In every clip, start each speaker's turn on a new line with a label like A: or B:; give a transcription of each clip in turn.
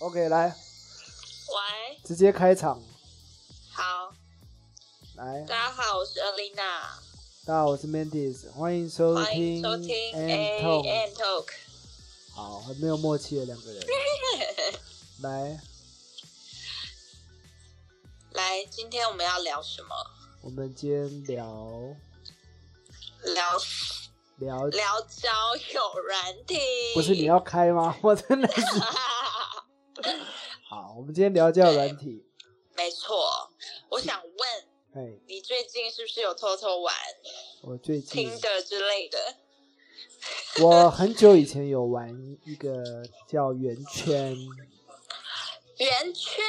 A: OK，来，
B: 喂，
A: 直接开场。
B: 好，
A: 来
B: 大，家好，我是 Alina，
A: 大家好，我是 Mandis，欢迎收
B: 欢
A: 听
B: 迎收听
A: and
B: A
A: Talk。
B: M Talk。
A: 好，很没有默契的两个人。来，
B: 来，今天我们要聊什么？
A: 我们今天聊
B: 聊
A: 聊，
B: 聊交友软体。
A: 不是你要开吗？我真的是。好，我们今天聊交友软体。
B: 没错，我想问
A: 嘿，
B: 你最近是不是有偷偷玩
A: 我最近
B: 听的之类的？
A: 我很久以前有玩一个叫圆圈，
B: 圆圈，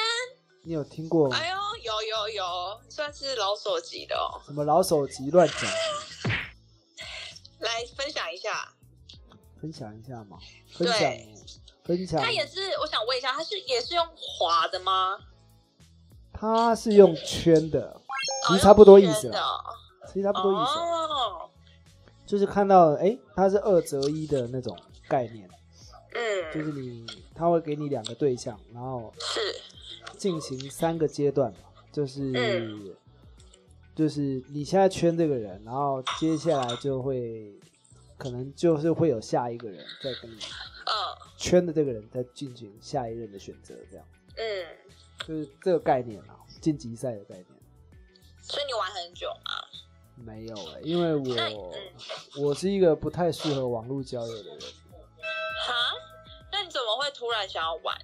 A: 你有听过吗？
B: 哎呦，有有有，算是老手级的哦。
A: 什么老手机乱讲，
B: 来分享一下，
A: 分享一下嘛？分享，分享。
B: 它也是，我想问一下，它是也是用滑的吗？
A: 它是用圈的，其
B: 哦
A: 实差不多意思
B: 用圈的
A: 啦，
B: 哦
A: 其实差不多意思啦，
B: 哦，
A: 就是看到哎、诶它是二择一的那种概念，就
B: 嗯，
A: 是你它会给你两个对象，然后
B: 是，
A: 进行三个阶段嘛，就是、
B: 嗯
A: 就是你现在圈这个人，然后接下来就会可能就是会有下一个人再跟你
B: 嗯
A: 圈的这个人再进行下一任的选择，这样
B: 嗯，
A: 就是这个概念啊，晋级赛的概念。
B: 所以你玩很久吗？
A: 没有、欸，因为
B: 那
A: 我
B: 嗯
A: 我是一个不太适合网络交友的人，
B: 哈，那你怎么会突然想要玩？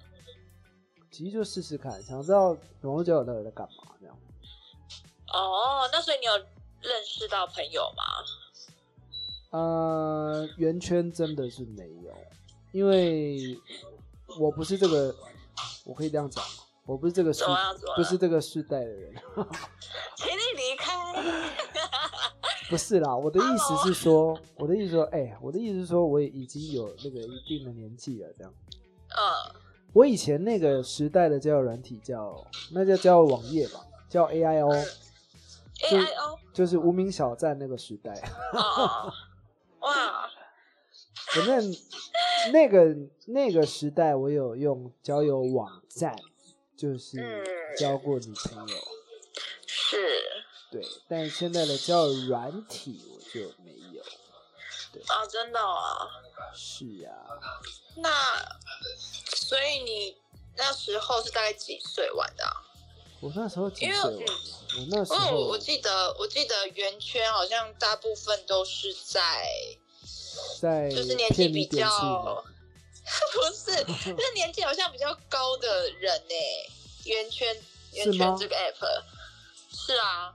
A: 其实就试试看，想知道网络交友到底在干嘛这样。
B: 哦，那所以你有认识到朋友吗？
A: 呃，圆圈真的是没有，因为我不是这个，我可以这样讲，我不是这个世
B: 怎，么样？怎么
A: 不
B: 了
A: 是，这个世代的人，
B: 请你离开。
A: 不是啦。我的意思是说，我的意思说，哎、我的意思是说，我也已经有那个一定的年纪了，这样。
B: 嗯，
A: 我以前那个时代的交友软体叫，那叫交友网页吧，叫 AIO。
B: A I O，
A: 就是无名小站那个时代，
B: 哦，哇，
A: 反正那个那个时代，我有用交友网站，就是
B: 嗯
A: 交过女朋友，
B: 是，
A: 对。但现在的交友软体我就没有。
B: 哦，真的哦，
A: 是啊，
B: 那所以你那时候是大概几岁玩的啊、
A: 我那时候几岁
B: 因为
A: 玩
B: 嗯
A: 的？我那时
B: 因为我
A: 候
B: 我记得，我记得圆圈好像大部分都是在，
A: 在
B: 就是年纪
A: 骗
B: 比
A: 你点 数嘛
B: 较，不 是，就是年纪好像比较高的人呢、圆圈，圆
A: 是吗
B: 圈这个 app，是啊，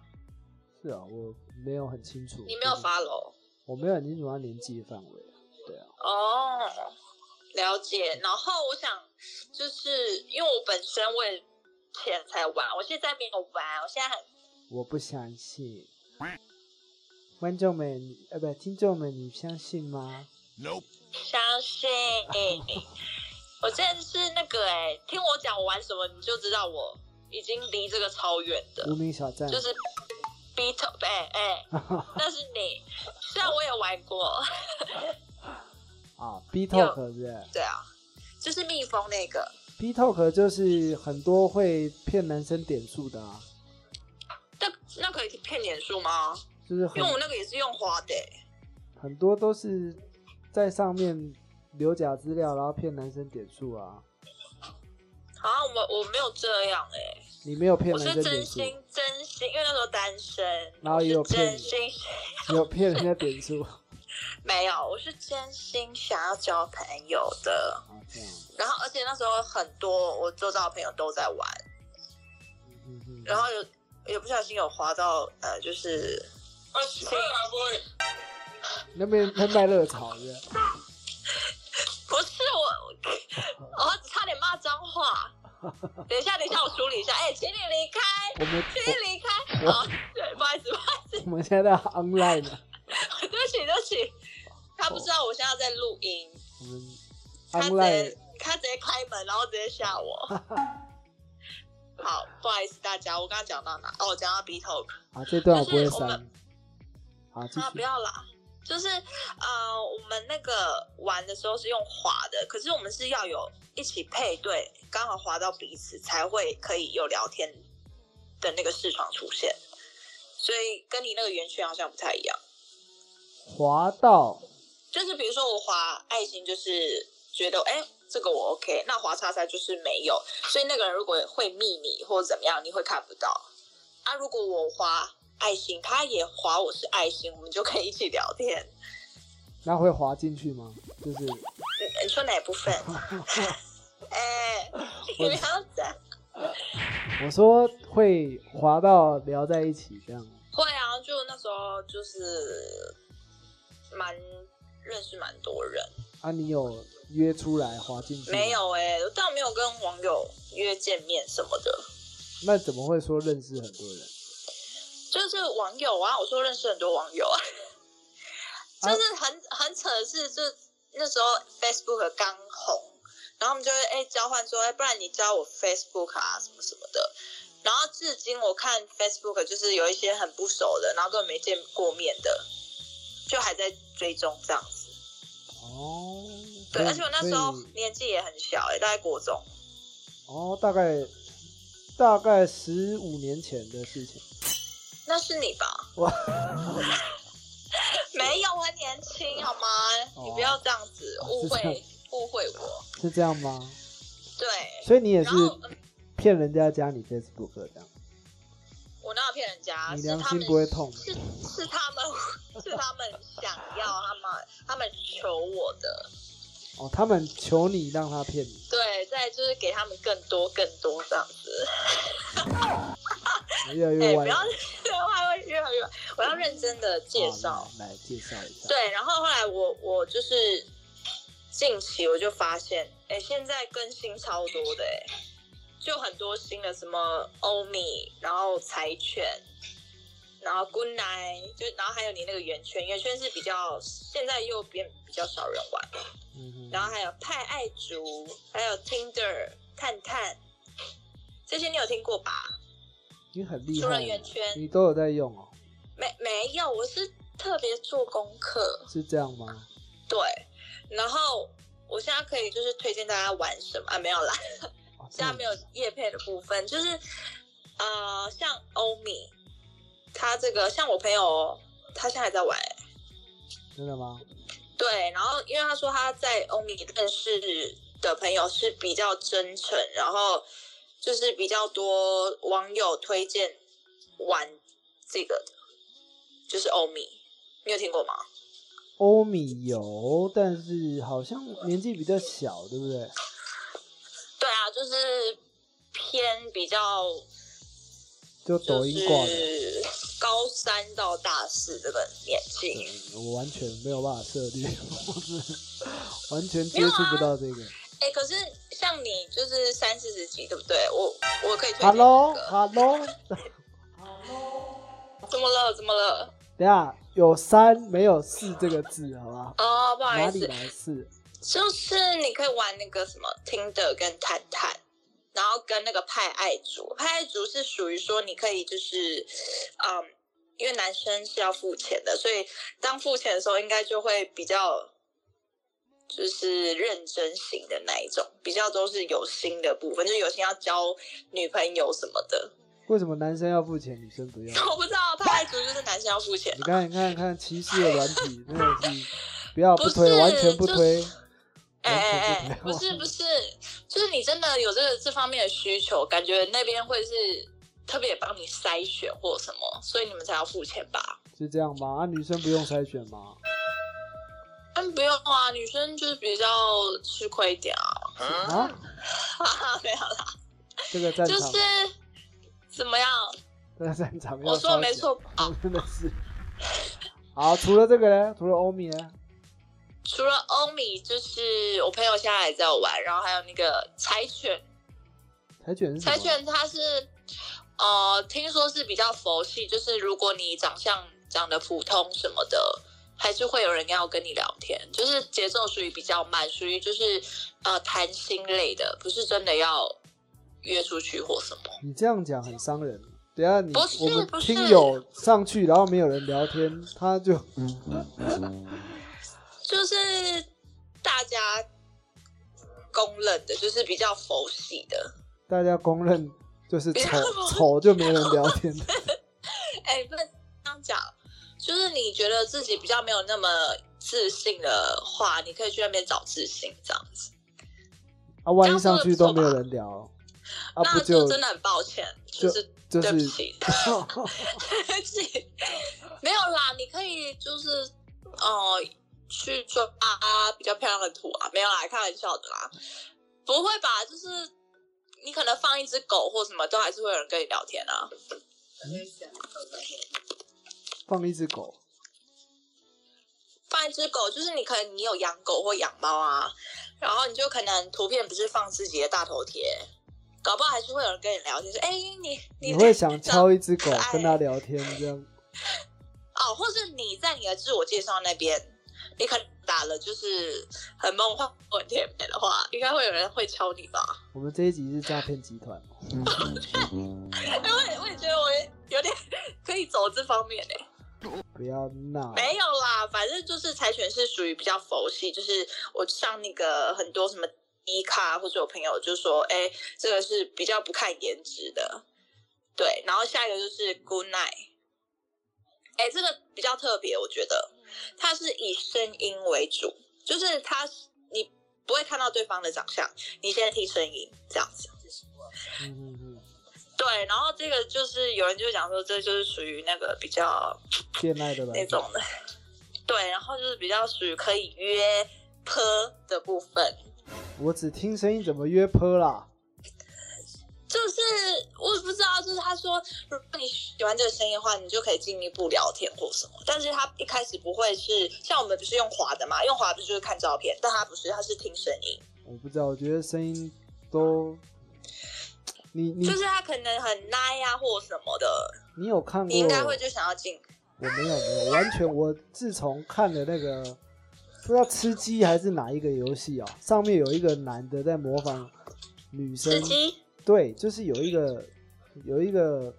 A: 是啊，我没有很清楚。
B: 你没有
A: 就是，
B: follow
A: 我没有很清楚他年纪的范围。对啊，
B: 哦，了解。然后我想，就是因为我本身我也前才玩，我现在没有玩，我现在很
A: 我不相信。观众们，呃，不，听众们，你相信吗？
C: Nope.
B: 相信。我之前是那个哎、听我讲我玩什么，你就知道我已经离这个超远的
A: 无，名小站，
B: 就是 B t o p 哎哎， 那是你，虽然我也玩过，
A: 啊，B Talk 是不是
B: 对啊，就是蜜蜂那个，
A: ？B Talk 就是很多会骗男生点数的啊，
B: 那那可以骗点数吗？
A: 就是
B: 因
A: 很
B: 为我那个也是用花的、欸，
A: 很多都是在上面留假资料，然后骗男生点数啊。
B: 好像啊我我没有这样哎、
A: 你没有骗
B: 我
A: 男生
B: 是
A: 点
B: 真
A: 数，
B: 心真心，因为那时候单身，
A: 然后
B: 我
A: 也
B: 是
A: 有骗
B: 真
A: 你
B: 心
A: 你有骗人家点 数啊？
B: 没有，我是真心想要交朋友的。
A: 这样，
B: 然后而且那时候很多我周遭的朋友都在玩，
A: 嗯嗯
B: 然后有也不小心有滑到呃，就是
A: 那边在卖热炒是不是？
B: 不是我，我我差点骂脏话。等一下，等一下，我处理一下。哎、请你离开，
A: 我们
B: 请你离开。好，对，不好意思，不好意
A: 我们现在在 online，呢
B: 思，对不起，对不起。他不知道我现在在录音，
A: 我们
B: 他直
A: online
B: 接他直接开门，然后直接吓我。 好，不好意思大家，我刚刚讲到哪？哦，我讲到 B Talk。
A: 啊，这段我不会
B: 就是我们
A: 删。好，继
B: 啊，不
A: 续。
B: 要啦。就是呃，我们那个玩的时候是用滑的，可是我们是要有一起配对，刚好滑到彼此才会可以有聊天的那个视窗出现，所以跟你那个圆圈好像不太一样。
A: 滑到
B: 就是比如说我滑爱心，就是觉得哎、这个我 OK，那滑叉叉就是没有，所以那个人如果会密你或者怎么样，你会看不到。啊，如果我滑爱心，他也滑我是爱心，我们就可以一起聊天。
A: 那会滑进去吗？就是
B: 嗯你说哪部分？哎、你不要讲。
A: 我说会滑到聊在一起这样。
B: 会啊，就那时候就是蛮认识蛮多人，
A: 啊，你有约出来滑进去？
B: 没。有哎、我倒没有跟网友约见面什么的，
A: 那怎么会说认识很多人？
B: 就是网友啊，我说认识很多网友啊，
A: 啊
B: 就是很很扯的是，就是那时候 Facebook 刚红，然后我们就会哎、交换说，哎、不然你教我 Facebook 啊什么什么的。然后至今我看 Facebook 就是有一些很不熟的，然后根本没见过面的，就还在追踪这样子。
A: 哦，所
B: 对，
A: 以
B: 而且我那时候
A: 所以
B: 年纪也很小、欸，大概国中。
A: 哦，大概大概十五年前的事情。
B: 那是你吧？
A: 哇，
B: 没有，我很年轻，好吗？
A: 哦
B: 你不要这样子
A: 哦
B: 误
A: 是这
B: 会
A: 样
B: 误会我。
A: 是这样吗？
B: 对，
A: 所以你也是
B: 然后嗯
A: 骗人家加你 Facebook 这样，
B: 我哪有骗人家？
A: 你
B: 是
A: 良
B: 他
A: 心
B: 们
A: 不会痛
B: 是是他们是他们想要，他们他们求我的。
A: 哦？他们求你让他骗你，
B: 对，再就是给他们更多更多这样子。
A: 越来
B: 哎、
A: 越歪
B: 不。要越来越歪，我要认真的介绍。
A: 好哦来来介绍一下。
B: 对，然后后来我我就是近期我就发现，哎，现在更新超多的，哎，就很多新的什么欧米，然后柴犬，然后 Good Night，就然后还有你那个圆圈，圆圈是比较现在又变比较少人玩，
A: 嗯
B: 然
A: 哼，
B: 后还有派爱族，还有 Tinder、探探，这些你有听过吧？
A: 你很厉
B: 除了
A: 害
B: 圆
A: 耶，
B: 圈，
A: 你都有在用哦，
B: 没没有，我是特别做功课。
A: 是这样吗？
B: 对，然后我现在可以就是推荐大家玩什么啊？没有啦，
A: 哦
B: 现在没有叶配的部分，就是呃，像欧米，他这个像我朋友哦，他现在还在玩欸、
A: 真的吗？
B: 对，然后因为他说他在欧米认识的朋友是比较真诚，然后就是比较多网友推荐玩这个的，就是欧米，你有听过吗？
A: 欧米有，但是好像年纪比较小，对不对？
B: 对啊，就是偏比较
A: 就抖音挂
B: 就
A: 的，
B: 是高三到大四这个年纪。
A: 对我完全没有办法涉猎，我是完全接
B: 啊
A: 触不到这个。
B: 哎、可是像你就是三四十几，对不对？我我可以推荐你一个。
A: Hello，Hello，
B: 怎么了？怎么了？
A: 等一下有三没有四这个字，好吧？
B: 哦，不好
A: 哪
B: 意
A: 里
B: 思，
A: 来四？
B: 就是你可以玩那个什么 Tinder 跟探探，然后跟那个派爱族。派爱族是属于说你可以就是，嗯，因为男生是要付钱的，所以当付钱的时候应该就会比较。就是认真型的那一种，比较都是有心的部分，就是有心要交女朋友什么的。
A: 为什么男生要付钱，女生不用？
B: 我不知道派爱族就是男生要付钱
A: 你，看，你看，看歧视的软体，真的是不要
B: 不
A: 不推，
B: 是
A: 完全不
B: 就
A: 推。
B: 哎哎哎，
A: 完
B: 不
A: 全
B: 是不是，就是你真的有这个这方面的需求，感觉那边会是特别帮你筛选或什么，所以你们才要付钱吧？
A: 是这样吗？啊，女生不用筛选吗？
B: 嗯，不用啊，女生就是比较吃亏一点啊，
A: 啊，
B: 哈哈，没有啦，
A: 这个战
B: 就
A: 场
B: 是，怎么样？
A: 这个战场要
B: 我说
A: 烧嗯
B: 的
A: 起
B: 没
A: 来
B: 错吧？
A: 真的是。好，除了这个呢？除了欧米呢？
B: 除了欧米，就是我朋友现在也在玩，然后还有那个柴犬，
A: 柴犬是什么？
B: 柴犬它是，呃，听说是比较佛系，就是如果你长相长得普通什么的，还是会有人要跟你聊天，就是节奏属于比较慢，属于就是呃谈心类的，不是真的要约出去或什么。
A: 你这样讲很伤人。等一下你
B: 不是
A: 我们
B: 不是
A: 听友上去，然后没有人聊天，他就
B: 就是大家公认的，就是比较佛系的。
A: 大家公认就是
B: 不要
A: 丑
B: 我
A: 丑就没人聊天。
B: 哎，不能这样讲，就是你觉得自己比较没有那么自信的话，你可以去那边找自信，这样子。
A: 啊，万一上去都没有人聊，啊，不
B: 那
A: 就
B: 真的很抱歉，
A: 就
B: 就是
A: 就
B: 对不
A: 是
B: 起，对不起，没有啦，你可以就是呃去抓啊比较漂亮的图啊，没有啦，开玩笑的啦，不会吧？就是你可能放一只狗或什么，都还是会有人跟你聊天啊。
A: 放一只狗，
B: 放一只狗，就是你可能你有养狗或养猫啊，然后你就可能图片不是放自己的大头贴，搞不好还是会有人跟你聊天说，哎、你
A: 你
B: 你
A: 会想
B: 敲
A: 挑一只狗
B: 可爱
A: 跟它聊天这样？
B: 哦，或是你在你的自我介绍那边，你可能打了就是很梦幻、很甜美的话，应该会有人会敲你吧？
A: 我们这一集是诈骗集团，
B: 哎、我也我也觉得我也有点 可以走这方面呢、
A: 不要闹。
B: 没有啦，反正就是柴犬是属于比较佛系，就是我上那个呃很多什么低咖，或者我朋友就说，哎、这个是比较不看颜值的，对。然后下一个就是 Good Night，哎、这个比较特别，我觉得它是以声音为主，就是它你不会看到对方的长相，你先听声音这样子。
A: 嗯嗯嗯，
B: 对，然后这个就是有人就讲说，这就是属于那个比较
A: 恋爱的吧？
B: 那种的。 对，然后就是比较属于可以约坡的部分，
A: 我只听声音怎么约啊坡啦？
B: 就是我也不知道，就是他说，如果你喜欢这个声音的话，你就可以进一步聊天或什么。但是他一开始不会是像我们不是用滑的嘛，用滑不是就是看照片，但他不是，他是听声音，
A: 我不知道，我觉得声音都，你你
B: 就是他可能很 nice 啊或什么的，
A: 你有看过？
B: 你应该会就想要进。
A: 我没有没有，完全我自从看了那个不知道吃鸡还是哪一个游戏哦，上面有一个男的在模仿女生
B: 吃，鸡，
A: 对，就是有一个有一个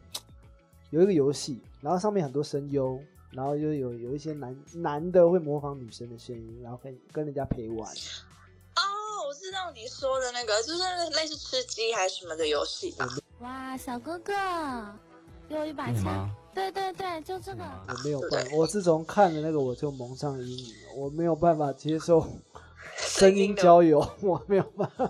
A: 有一个游戏，然后上面很多声优，然后就有有一些男男的会模仿女生的声音，然后跟跟人家陪玩，
B: 哦，我知道你说的那个，就是类似吃鸡还是什么的游戏吧。
A: 嗯
C: 哇，小哥哥，给我一把
D: 你
C: 枪
D: 吗。
C: 对对对，就这个。
A: 我没有办法，我自从看了那个我就蒙上阴影了，我没有办法接 受声音
B: 的
A: 交友， 我没有办法，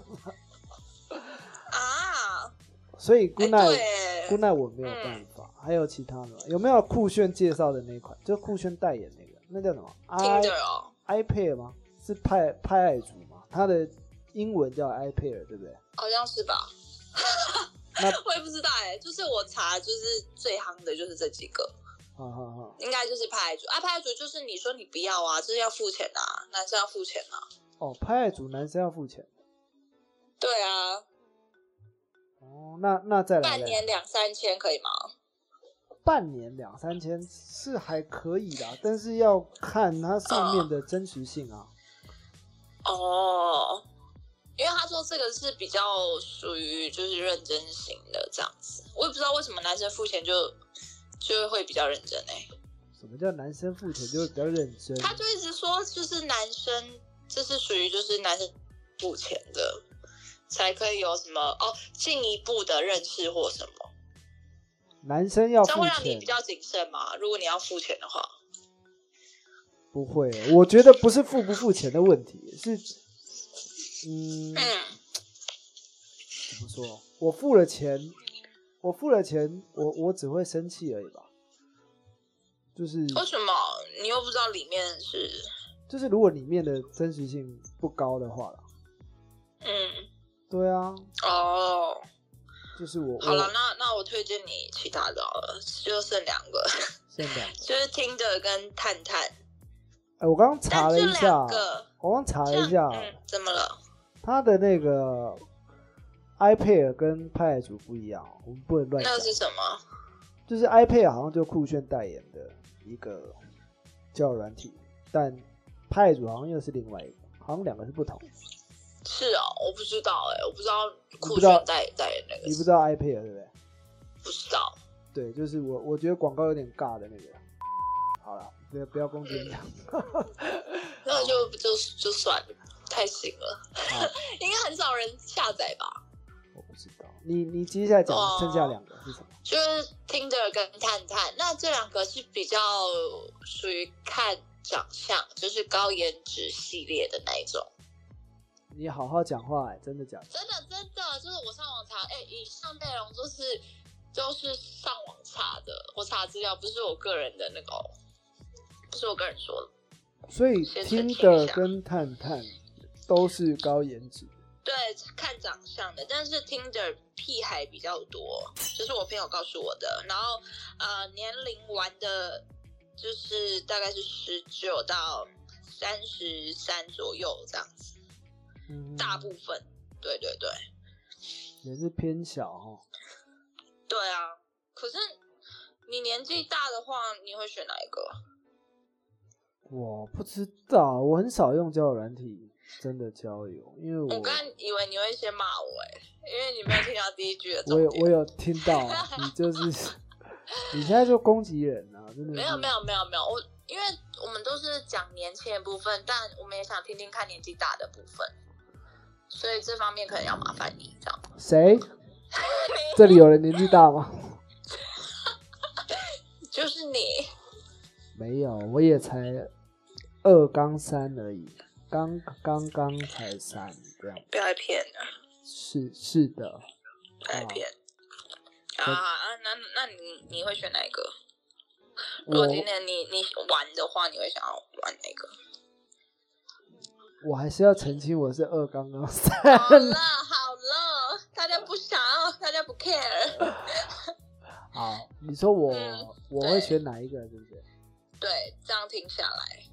B: 啊，
A: 所以
B: 哎
A: Good night。
B: 对，嗯
A: 姑奈我没有办法，还有其他的吗有没有酷炫介绍的那一款？就酷炫代言那个，那叫什么
B: 听
A: ？i
B: 着哦。
A: iPad 吗？是派派爱族吗？它的英文叫 iPad，对不对？
B: 好像是吧
A: 那。
B: 我也不知道哎、就是我查，就是最夯的就是这几个，
A: 哈哈哈。
B: 应该就是拍主啊，拍主就是你说你不要啊，就是要付钱啊，男生要付钱啊，
A: 哦，派爱族男生要付钱。
B: 对啊，
A: 哦，那那再来
B: 半
A: 嘞
B: 年两三千可以吗？
A: 半年两三千是还可以啦，但是要看它上
B: 嗯
A: 面的真实性啊。
B: 哦，因为他说这个是比较属于就是认真型的这样子，我也不知道为什么男生付钱就就会比较认真哎、
A: 什么叫男生付钱就会比较认真？
B: 他就一直说，就是男生，这是属于就是男生付钱的，才可以有什么哦进一步的认识或什么，
A: 男生要
B: 这样
A: 付
B: 会让你
A: 钱
B: 比，较谨慎嘛。如果你要付钱的话，
A: 不会，我觉得不是付不付钱的问题，是嗯。
B: 嗯，
A: 怎么说？我付了钱，我付了钱，我我只会生气而已吧。就是
B: 为什么你又不知道里面是
A: 就是，如果里面的真实性不高的话啦，
B: 嗯
A: 对啊，
B: 哦？
A: 就是我
B: 好了，
A: 我
B: 那那我推荐你其他的好了，就剩两个，
A: 现在，哎、
B: 就是听的跟探探，
A: 我刚刚查
B: 但
A: 了
B: 这
A: 一下
B: 两，个
A: 我刚查
B: 这
A: 了
B: 样
A: 一下，
B: 嗯，怎么了？
A: 它的那个 iPad 跟派主不一样，哦我们不能乱讲
B: 那。是什么？
A: 就是 iPad 好像就酷炫代言的一个交友软体，但派主好像又是另外一个，好像两个是不同。
B: 是哦，我不知道哎、我不知道
A: 不
B: 酷
A: 知道
B: 炫代代言那个
A: 你
B: 是
A: 不知道 iPad 对不对？
B: 不知道。
A: 对，就是我我觉得广告有点尬的那个。好了，不要不要攻击人家。哦
B: 那我就就就算了，太行了，
A: 好，
B: 应该很少人下载吧？
A: 我不知道。你你接下来讲
B: 哦
A: 剩下两个是什么？
B: 就是 Tinder 跟探探，那这两个是比较属于看长相，就是高颜值系列的那一种。
A: 你好好讲话、哎，真的假的？
B: 真的真的，就是我上网查，哎、以上内容都是都是上网查的，我查资料不是我个人的那个哦，不是我个人说的。
A: 所以
B: 先澄清一
A: Tinder
B: 下
A: 跟探探都是高颜值，
B: 对，看长相的，但是 Tinder 屁孩比较多，就是我朋友告诉我的。然后呃，年龄玩的，就是大概是十九到三十三左右这样子，
A: 嗯，
B: 大部分。对对对，
A: 也是偏小哦。
B: 对啊。可是你年纪大的话，你会选哪一个？
A: 我不知道，我很少用交友软体，真的交友，因为
B: 我
A: 我
B: 刚以为你会先骂我哎、因为你没有听到第一句的重
A: 我有
B: 点。
A: 我有听到 啊，你就是你现在就攻击人啊，真的
B: 没有没
A: 有，
B: 有没有没有，我因为我们都是讲年轻的部分，但我们也想听听看年纪大的部分，所以这方面可能要麻烦你，这样。
A: 谁？这里有人年纪大吗？
B: 就是你，
A: 没有，我也才二刚三而已，刚刚刚才三这样。
B: 不要再骗了，
A: 是是的，
B: 不要再骗。
A: 好
B: 啊啊，那那你你会选哪一个？如
A: 我
B: 果今天你你玩的话，你会想要玩哪个？
A: 我还是要澄清，我是二刚刚三。
B: 好了好了，大家不想要，大家不 care。
A: 好，你说我、
B: 嗯
A: 我会选哪一个，对不对？
B: 对，这样停下来。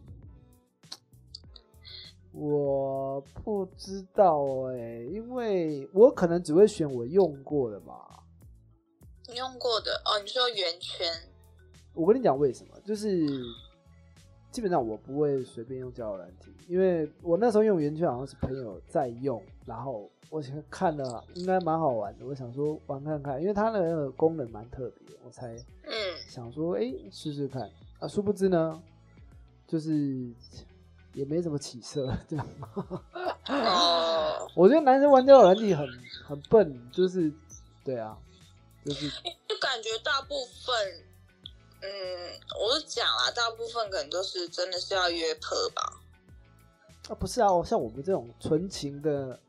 A: 我不知道哎、因为我可能只会选我用过的吧。
B: 你用过的哦，你说圆圈，
A: 我跟你讲为什么，就是基本上我不会随便用交友软体，因为我那时候用圆圈好像是朋友在用，然后我想看了应该蛮好玩的，我想说玩看看，因为它的那个功能蛮特别，我才
B: 嗯，
A: 想说哎试试看啊，殊不知呢，就是也没什么起色， 对吧？
B: 哦，
A: 我觉得男生玩交友软体很很笨，就是对啊，就是
B: 就感觉大部分，嗯，我就讲啦，大部分可能都是真的是要约炮吧，
A: 啊，不是啊，像我们这种纯情的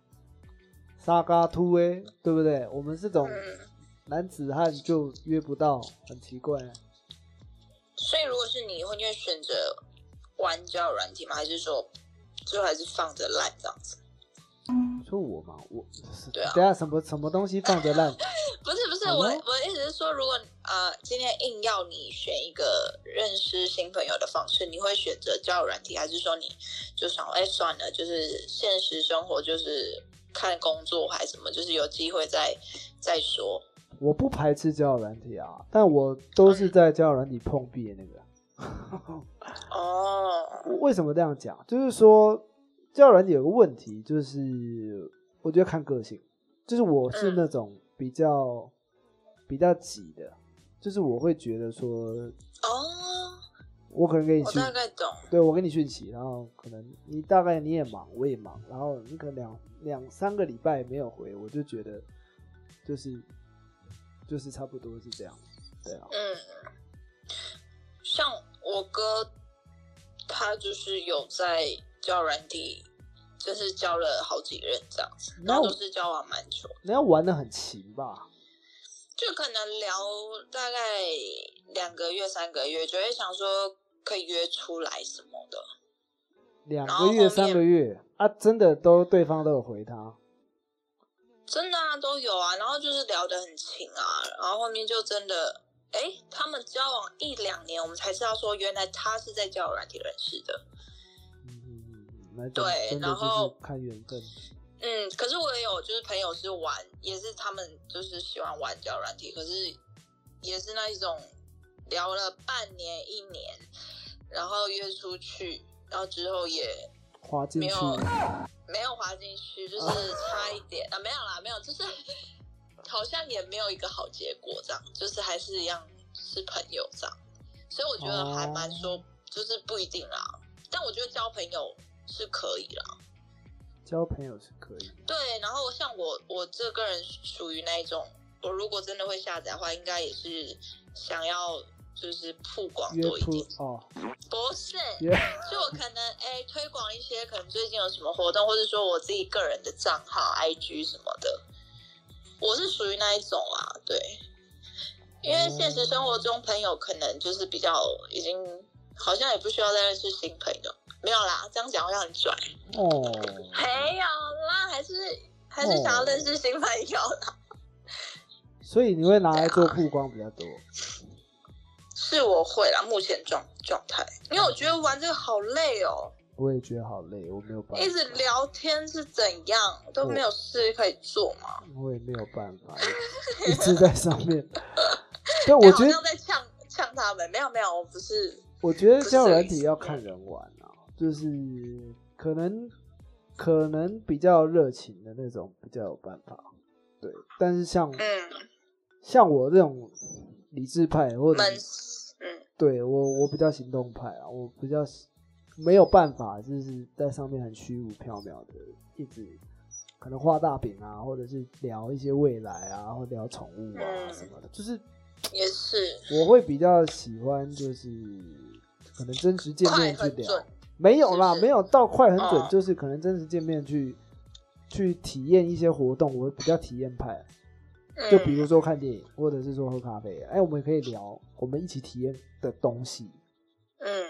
A: 沙嘎突诶，对不对？我们这种
B: 嗯，
A: 男子汉就约不到，很奇怪。
B: 所以如果是你，会你会选择玩交友软体吗？还是说最后还是放着烂这样子？
A: 你说我嘛，我
B: 对啊
A: 等一下什么什么东西放着烂，
B: 不是不是，
A: 好
B: 我
A: 咯
B: 我的意思是说，如果呃今天硬要你选一个认识新朋友的方式，你会选择交友软体，还是说你就想哎、算了，就是现实生活就是看工作还是什么，就是有机会再再说。
A: 我不排斥交友软体啊，但我都是在交友软体碰壁的那个。
B: 哦，
A: 我为什么这样讲？就是说，交友软体有个问题，就是我觉得看个性，就是我
B: 嗯
A: 是那种比较比较急的，就是我会觉得说，
B: 哦，
A: 我可能给你
B: 我
A: 讯
B: 大，概懂，
A: 对我给你讯息，然后可能你大概你也忙，我也忙，然后你可能两两三个礼拜没有回，我就觉得就是就是差不多是这样，对啊，
B: 嗯，像我哥，他就是有在交友软体，就是交了好几任这样子，然
A: 那
B: 后
A: 我
B: 都是交往蛮久。
A: 你要玩的很勤吧？
B: 就可能聊大概两个月、三个月，就会想说可以约出来什么的。
A: 两
B: 然后
A: 个月、
B: 后面
A: 三个月啊，真的都对方都有回他。
B: 真的啊，都有啊，然后就是聊得很勤啊，然后后面就真的，哎，他们交往一两年，我们才知道说原来他是在交友软体认识的。
A: 嗯嗯嗯，嗯，那就
B: 对
A: 真的
B: 然
A: 就是
B: 后
A: 看缘分。
B: 嗯，可是我也有就是朋友是玩，也是他们就是喜欢玩交友软体，可是也是那一种聊了半年一年，然后约出去，然后之后也
A: 滑进去
B: 没有没有滑进去，就是差一点啊，没有啦，没有，就是 好像也没有一个好结果，这样就是还是一样是朋友这样，所以我觉得还蛮说、就是不一定啦，但我觉得交朋友是可以啦。
A: 交朋友是可以的，
B: 对，然后像我，我这个人属于那一种，我如果真的会下载的话，应该也是想要就是曝光
A: 约
B: 多一
A: 铺
B: 点，
A: 哦，
B: 不是，
A: 约
B: 就我可能哎推广一些可能最近有什么活动，或者说我自己个人的账号、IG 什么的，我是属于那一种啊，对，因为现实生活中朋友可能就是比较已经好像也不需要再认识新朋友，没有啦，这样讲会让你拽。
A: 哦，
B: 没有啦，还是还是想要认识新朋友啦。
A: 所以你会拿来做曝光比较多。
B: 是我会啦，目前状状态，因为我觉得玩这个好累哦，
A: 我也觉得好累，我没有办法，
B: 一直聊天是怎样都没有事可以做嘛。
A: 我也没有办 法，一直在上面。但
B: 哎
A: 我
B: 好
A: 觉得
B: 像在呛呛他们，没有没有，我不是。
A: 我觉得
B: 不是
A: 交友
B: 这个
A: 软
B: 意
A: 体
B: 思
A: 要看人玩啊，就是可能可能比较热情的那种比较有办法，对。但是像
B: 嗯，
A: 像我这种理智派，或者
B: 闷死，嗯，
A: 对我我比较行动派啊，我比较喜没有办法，就是在上面很虚无缥缈的一直。可能画大饼啊，或者是聊一些未来啊，或聊宠物啊
B: 嗯
A: 什么的，就是
B: 也是
A: 我会比较喜欢，就是可能真实见
B: 快
A: 面去
B: 很
A: 聊
B: 准，，
A: 没有
B: 是
A: 啦，
B: 不是
A: 没有到快很准，
B: 嗯
A: 就是可能真实见面去去体验一些活动，我比较体验派，
B: 嗯
A: 就比如说看电影，或者是说喝咖啡，哎，我们也可以聊我们一起体验的东西，
B: 嗯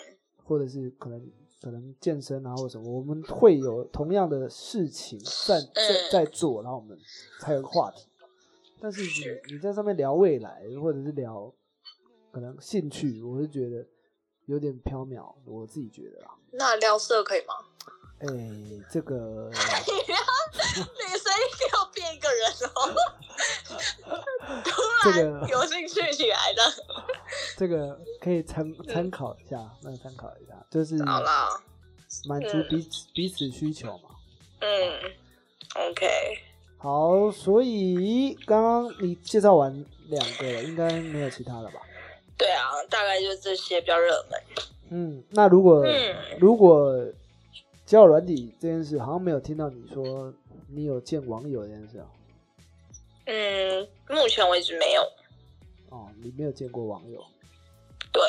A: 或者是可能可能健身啊或者什么，我们会有同样的事情在在
B: 嗯
A: 在做，然后我们才有个话题。但是你你在上面聊未来，或者是聊可能兴趣，我是觉得有点缥缈，我自己觉得啦。
B: 那撩色可以 吗？
A: 哎、这个
B: 你撩，你随意给我变一个人哦， 突
A: 这
B: 然
A: 个
B: 有兴趣起来的，
A: 这个可以参参考一下，那参考一下，就是
B: 好啦，
A: 满足彼此彼此需求嘛。
B: 嗯，OK，
A: 好，所以刚刚你介绍完两个了，应该没有其他了吧？
B: 对啊，大概就是这些比较热门。
A: 嗯，那如果、
B: 嗯
A: 如果交友软体这件事，好像没有听到你说你有见网友这件事啊？
B: 嗯，目前为止没有。
A: 哦，你没有见过网友，
B: 对，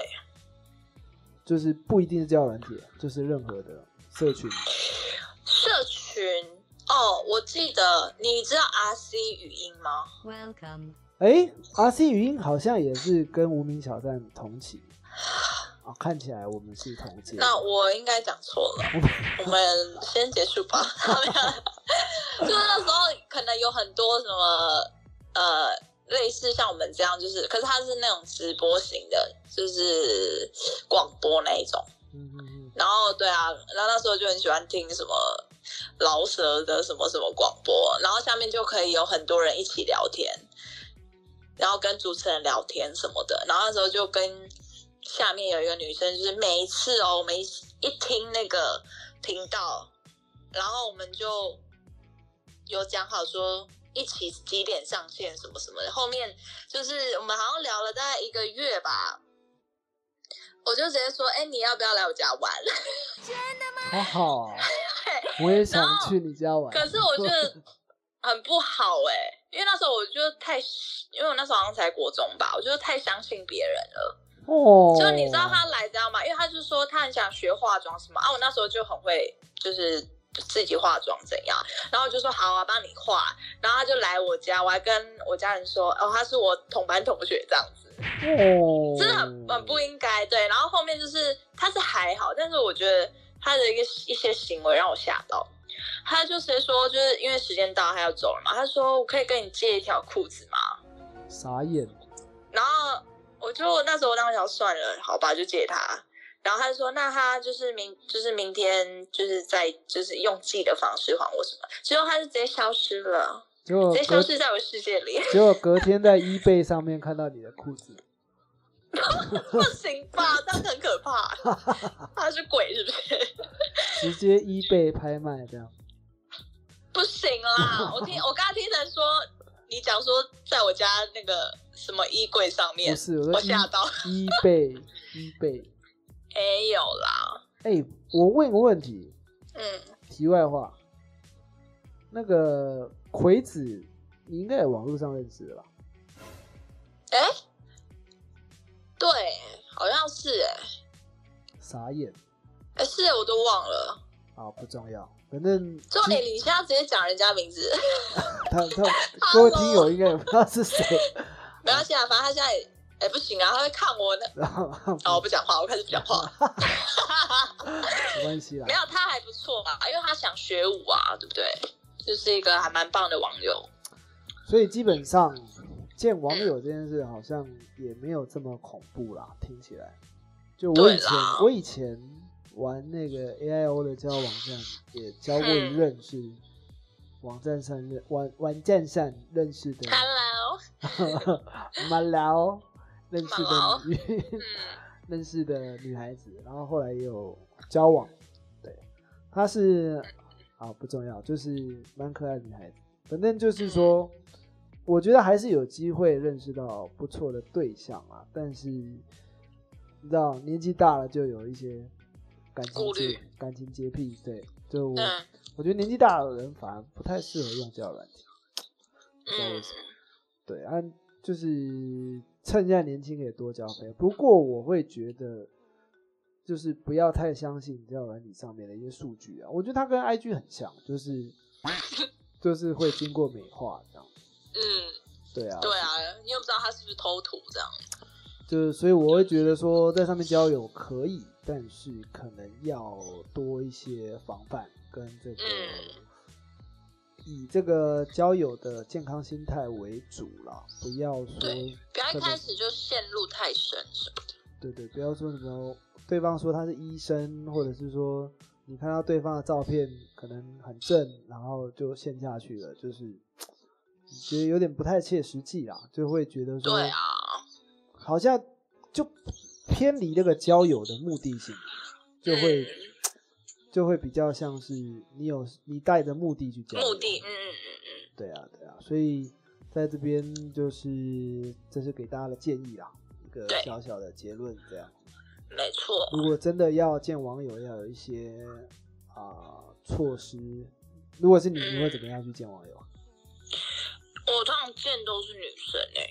A: 就是不一定是交友软体，就是任何的社群。
B: 社群哦，我记得你知道 RC 语音吗？
D: Welcome.
A: 哎，R C 语音好像也是跟无名小站同期啊、看起来我们是同届。
B: 那我应该讲错了，我们先结束吧。 就是那时候可能有很多什么呃，类似像我们这样，就是可是它是那种直播型的，就是广播那一种。
A: 嗯嗯嗯，
B: 然后对啊，然后那时候就很喜欢听什么饶舌的什么什么广播，然后下面就可以有很多人一起聊天，然后跟主持人聊天什么的。然后那时候就跟下面有一个女生，就是每一次哦，我们一一听那个频道，然后我们就有讲好说。一起几点上线什么什么的，后面就是我们好像聊了大概一个月吧，我就直接说，哎、你要不要来我家玩？
A: 好好 啊，我也想
B: 然后
A: 去你家玩。
B: 可是我觉得很不好哎、因为那时候我就太，因为我那时候好像才国中吧，我就太相信别人了。
A: 哦，
B: 就你知道他来知道吗？因为他就说他很想学化妆什么啊，我那时候就很会就是自己化妆怎样，然后我就说好啊，帮你画，然后他就来我家，我还跟我家人说哦，他是我同班同学这样子。
A: 哦，
B: 真的很很不应该。对，然后后面就是他是还好，但是我觉得他的一个一些行为让我吓到。他就直接说，就是因为时间到，他要走了嘛。他说：“我可以跟你借一条裤子吗
A: 傻眼。？”
B: 然后我就那时候我当时想算了，好吧，就借他。然后他就说：“那他就是明就是明天就是在就是用自己的方式还我什么？”之后他就直接消失了，
A: 结果
B: 直接
A: 隔
B: 消失在我世界里，
A: 结果隔天在 eBay 上面看到你的裤子，
B: 不行吧？这样很可怕。他是鬼是不是？
A: 直接 E eBay 拍卖这样。
B: 不行啦！我听我刚刚听成说你讲说在我家那个什么衣柜上面
A: 不，是，我
B: 我
A: 说 E，
B: 吓到，
A: 一倍一倍。
B: 没有啦，
A: E 哎、我问个问题，
B: 嗯，
A: 题外话，那个葵子，你应该也网络上认识的吧？
B: 对，好像是哎、
A: 傻眼
B: 哎、是欸我都忘了。
A: 啊，不重要，反正
B: 重点，你现在直接讲人家名字，
A: 他他各位听友应该也不知道是谁，
B: 没关系啊，反正他现在也哎、不行啊，他会看我呢。
A: 然后
B: 哦，我不讲话，我开始不讲话了。嗯
A: 没关系啦
B: 没。有，他还不错吧，因为他想学舞啊，对不对？就是一个还蛮棒的网友。
A: 所以基本上见网友这件事好像也没有这么恐怖啦，听起来。就我以
B: 嗯对
A: 前
B: 啦
A: 我以前玩那个 AIO 的交友网站，也交过
B: 嗯
A: 认识、网站上认网网站上认识
B: 嗯
A: 的
B: Hello，
A: 马劳认识
B: 马劳
A: 的女
B: 嗯，
A: 认识的女孩子，然后后来也有交往，对，她是啊不重要，就是蛮可爱的女孩子，反正就是说，
B: 嗯
A: 我觉得还是有机会认识到不错的对象啊，但是你知道年纪大了就有一些感情
B: 顾虑
A: 洁感情洁癖，对，就我、
B: 嗯
A: 我觉得年纪大的人反而不太适合用交友软件，不知道为
B: 嗯
A: 什么。对啊，就是趁现在年轻可以多交朋友。不过我会觉得，就是不要太相信交友软体上面的一些数据啊。我觉得它跟 IG 很像，就是 就是会经过美化这样。
B: 嗯，
A: 对啊，
B: 对啊，你又不知道他是不是偷图这样。
A: 就是所以我会觉得说，在上面交友可以，但是可能要多一些防范跟这个。
B: 嗯
A: 以这个交友的健康心态为主啦，不要说
B: 对不要一
A: 特别
B: 开始就陷入太深，是吧？
A: 对对，不要说什么对方说他是医生，或者是说你看到对方的照片可能很正，然后就陷下去了，就是觉得有点不太切实际啦，就会觉得说
B: 对啊，
A: 好像就偏离这个交友的目的性，就会
B: 嗯
A: 就会比较像是你有你带着目的去交友，
B: 目的，嗯嗯嗯嗯，
A: 对啊对啊，所以在这边就是这是给大家的建议啦，一个
B: 对
A: 小小的结论这样。
B: 没错，
A: 如果真的要见网友，要有一些啊、措施。如果是你，你会怎么样去见网友？
B: 我通常见都是女生欸诶、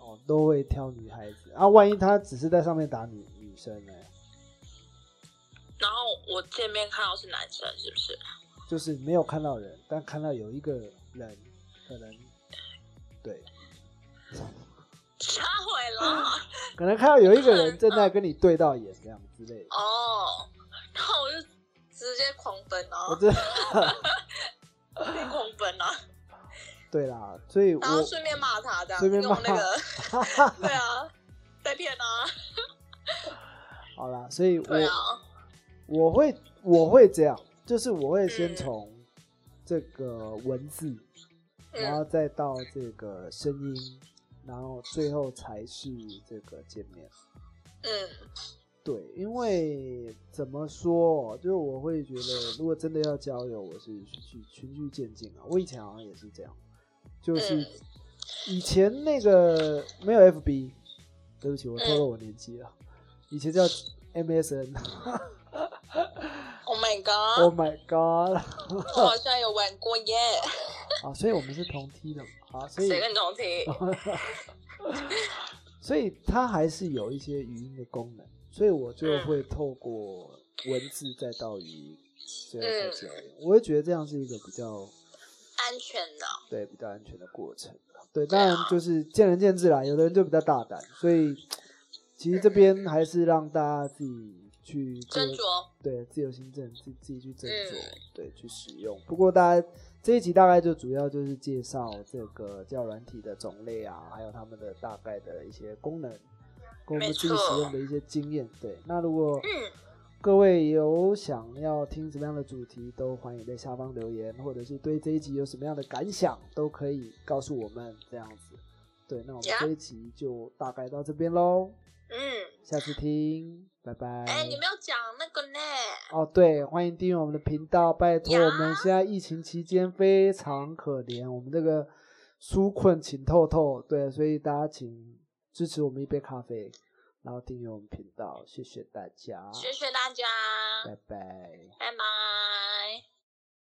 B: 嗯
A: 哦，都会挑女孩子啊。万一他只是在上面打女女生呢？
B: 然后我见面看到是男生，是不是？
A: 就是没有看到人，但看到有一个人，可能对，
B: 吓毁了
A: 可能看到有一个人正在跟你对到眼这样之类的。
B: 哦，然后我就直接狂奔啊，
A: 我这
B: 直接狂奔啊，
A: 对啦，所以我
B: 然后顺便骂他这样，
A: 顺便骂
B: 用那个， 对啊，在骗啊，
A: 好啦，所以我、
B: 对啊，
A: 我会我会这样，就是我会先
B: 嗯
A: 从这个文字。然
B: 嗯
A: 后再到这个声音，然后最后才是这个见面。
B: 嗯
A: 对，因为怎么说哦，就是我会觉得，如果真的要交友，我是去循序渐进啊。我以前好像也是这样，就是
B: 嗯
A: 以前那个没有 FB，对不起，
B: 嗯
A: 我透露我年纪了，以前叫 MSN。
B: 啊，Oh my
A: Oh
B: god，
A: my god！
B: 我好像有玩过耶，
A: 啊，所以我们是同梯的嘛啊，所以哦
B: 谁跟你同题？
A: 所以它还是有一些语音的功能，所以我就会
B: 嗯
A: 透过文字再到语音，最后
B: 嗯
A: 才交流。我会觉得这样是一个比较
B: 安全的，
A: 对比较安全的过程。啊对，当然
B: 啊
A: 就是见仁见智啦，有的人就比较大胆，所以其实这边还是让大家自己去做
B: 斟酌，
A: 对自由行政自自己去斟酌，
B: 嗯
A: 对去使用。不过大家这一集大概就主要就是介绍这个教软体的种类啊，还有他们的大概的一些功能，跟我们
B: 没
A: 自己使
B: 错
A: 用的一些经验。对，那如果
B: 嗯，
A: 各位有想要听什么样的主题，都欢迎在下方留言，或者是对这一集有什么样的感想，都可以告诉我们这样子。对，那我们
B: Yeah
A: 这一集就大概到这边喽，
B: 嗯，
A: 下次听，拜拜。
B: 哎，你没有讲那个呢，
A: 哦，对，欢迎订阅我们的频道，拜托，
B: 呀
A: 我们现在疫情期间非常可怜，我们这个纾困请透透，对，所以大家请支持我们一杯咖啡，然后订阅我们频道，谢谢大家，
B: 谢谢大家，
A: 拜拜。
B: 拜拜。